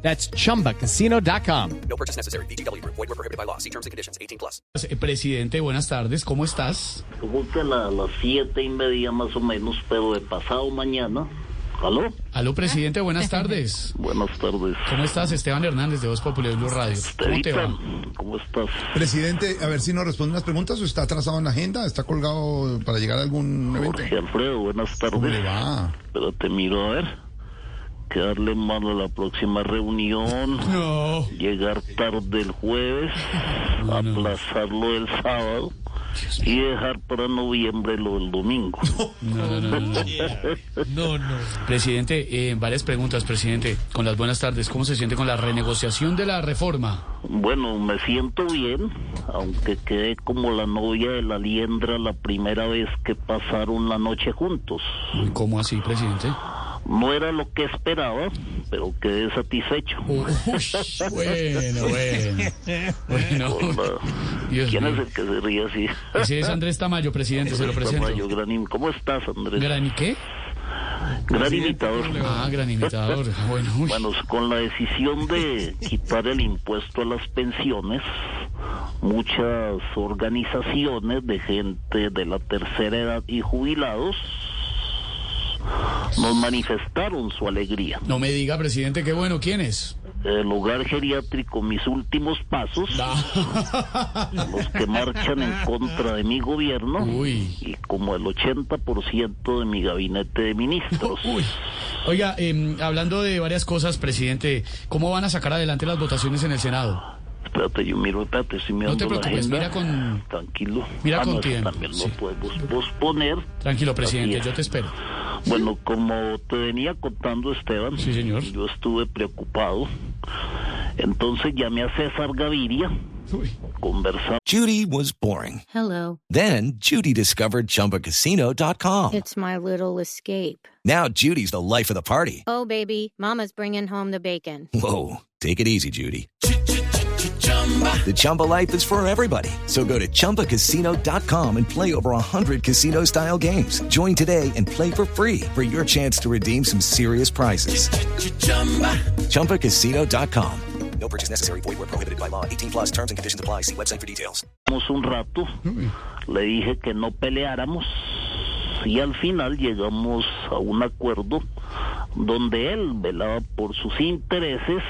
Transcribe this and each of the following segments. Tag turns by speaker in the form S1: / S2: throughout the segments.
S1: That's chumbacasino.com.
S2: No purchase necessary. BGW. Void were prohibited by law. See terms and conditions. 18 plus.
S3: Eh, Presidente, buenas tardes, ¿cómo estás?
S4: Supongo que a la- las siete y media más o menos, pero de pasado mañana. ¿Aló?
S3: Aló, presidente, buenas tardes.
S4: Buenas tardes.
S3: ¿Cómo estás? Esteban Hernández de Voz Popular Blue Radio. ¿Cómo te va?
S4: Evita, ¿cómo estás?
S5: Presidente, a ver si nos responde unas preguntas o está atrasado en la agenda, está colgado para llegar a algún evento.
S4: Jorge Alfredo, buenas
S5: ¿Cómo le
S4: tardes.
S5: va?
S4: Pero te miro a ver. Quedarle mano a la próxima reunión.
S3: No.
S4: Llegar tarde el jueves. Aplazarlo el sábado. Y dejar para noviembre lo del domingo.
S3: Presidente, eh, varias preguntas, presidente. Con las buenas tardes, ¿cómo se siente con la renegociación de la reforma?
S4: Bueno, me siento bien, aunque quedé como la novia de la liendra la primera vez que pasaron la noche juntos.
S3: Uy, ¿Cómo así, presidente?
S4: No era lo que esperaba, pero quedé satisfecho.
S3: Ush, bueno, bueno. Bueno,
S4: Hola.
S3: Dios
S4: ¿Quién es
S3: mío.
S4: el que se ríe así?
S3: Ese es Andrés Tamayo, presidente, se lo
S4: Tamayo,
S3: presento.
S4: gran im- ¿Cómo estás, Andrés?
S3: ¿Gran y qué?
S4: gran imitador.
S3: Ah, gran imitador. Bueno, uy.
S4: Bueno, con la decisión de quitar el impuesto a las pensiones, muchas organizaciones de gente de la tercera edad y jubilados nos manifestaron su alegría.
S3: No me diga, presidente, qué bueno, ¿quién es?
S4: El hogar geriátrico, mis últimos pasos,
S3: Ah,
S4: los que marchan en contra de mi gobierno
S3: Uy.
S4: y como el 80% de mi gabinete de ministros.
S3: Uy. Oiga, em, hablando de varias cosas, presidente, ¿cómo van a sacar adelante las votaciones en el Senado?
S4: Espérate, yo miro, espérate, estoy
S3: No
S4: mirando
S3: te preocupes,
S4: la agenda.
S3: mira con-
S4: Tranquilo.
S3: mira
S4: Ah,
S3: con
S4: no, eso
S3: tiempo,
S4: También
S3: sí.
S4: lo podemos posponer.
S3: Tranquilo, presidente,
S4: Así es.
S3: yo te espero.
S4: Bueno, como te venía contando, Esteban.
S3: Sí, señor.
S4: Yo estuve preocupado. Entonces llamé a César Gaviria.
S3: Uy.
S4: Conversamos
S6: Judy was boring.
S7: Hello,
S6: Then Judy discovered ChumbaCasino.com.
S7: it's my little escape.
S6: Now Judy's the life of the party.
S7: Oh, baby, Mama's bringing home the bacon.
S6: Whoa, take it easy, Judy. The Chumba life is for everybody. So go to ChumbaCasino.com and play over 100 casino-style games. Join today and play for free for your chance to redeem some serious prizes. ChumbaCasino.com. No purchase necessary. Void where prohibited by law. 18 plus terms and conditions apply. See website for details.
S4: un rato. Le dije que no peleáramos. Y al final llegamos a un acuerdo donde él velaba por sus intereses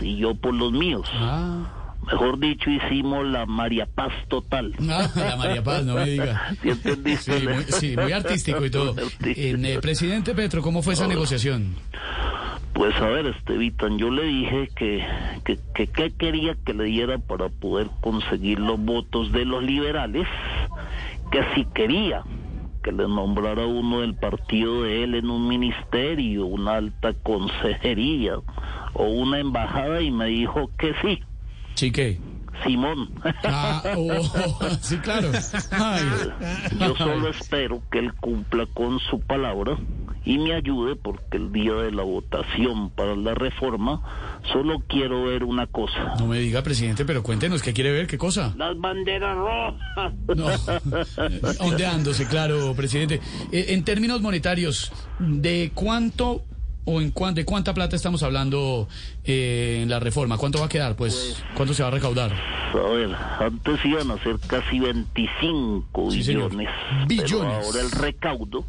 S4: y yo por los míos.
S3: Ah,
S4: Mejor dicho, hicimos la María Paz total.
S3: ah, la María Paz, no me diga.
S4: ¿Sí entendiste?
S3: Sí, muy, sí, muy artístico y todo. En, eh, presidente Petro, ¿cómo fue esa negociación?
S4: Pues a ver, Estevitan, yo le dije que que, que qué quería que le diera para poder conseguir los votos de los liberales, que si quería que le nombrara uno del partido de él en un ministerio, una alta consejería o una embajada y me dijo que sí,
S3: Sí, ¿qué?
S4: Simón.
S3: Ah, oh, sí, claro. Ay.
S4: Yo solo espero que él cumpla con su palabra y me ayude porque el día de la votación para la reforma solo quiero ver una cosa.
S3: No me diga, presidente, pero cuéntenos, ¿qué quiere ver? ¿Qué cosa?
S4: Las banderas rojas.
S3: No, eh, ondeándose, claro, presidente. Eh, en términos monetarios, ¿de cuánto o en cuán- de cuánta plata estamos hablando eh, en la reforma? ¿Cuánto va a quedar? Pues, ¿cuánto se va a recaudar?
S4: A ver, antes iban a ser casi 25
S3: Sí, señor.
S4: billones. Pero
S3: Billones.
S4: ahora el recaudo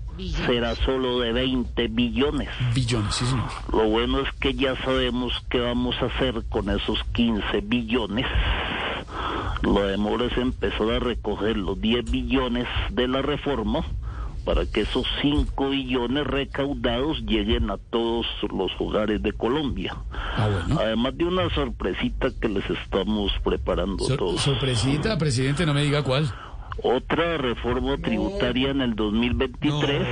S4: será solo de 20 billones.
S3: Billones, sí, señor.
S4: Lo bueno es que ya sabemos qué vamos a hacer con esos 15 billones. Lo demora es empezar a recoger los 10 billones de la reforma para que esos 5 billones recaudados lleguen a todos los hogares de Colombia.
S3: Ah, bueno.
S4: Además de una sorpresita que les estamos preparando a
S3: Sor-
S4: todos.
S3: sorpresita, presidente, no me diga cuál.
S4: otra reforma tributaria en el 2023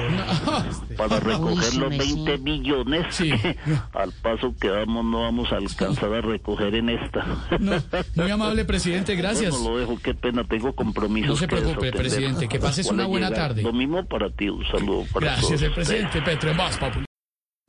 S4: para recoger los 20 billones
S3: Sí.
S4: que al paso que vamos no vamos a alcanzar a recoger en esta.
S3: No, muy amable, presidente, gracias.
S4: Bueno, lo dejo, qué pena, tengo compromisos.
S3: No se
S4: que
S3: preocupe,
S4: desatender.
S3: presidente, que pases
S4: Cuando
S3: una buena
S4: llega,
S3: tarde.
S4: Lo mismo para ti, un saludo para
S3: Gracias,
S4: todos
S3: el
S4: ustedes.
S3: presidente Petro en Voz Populi.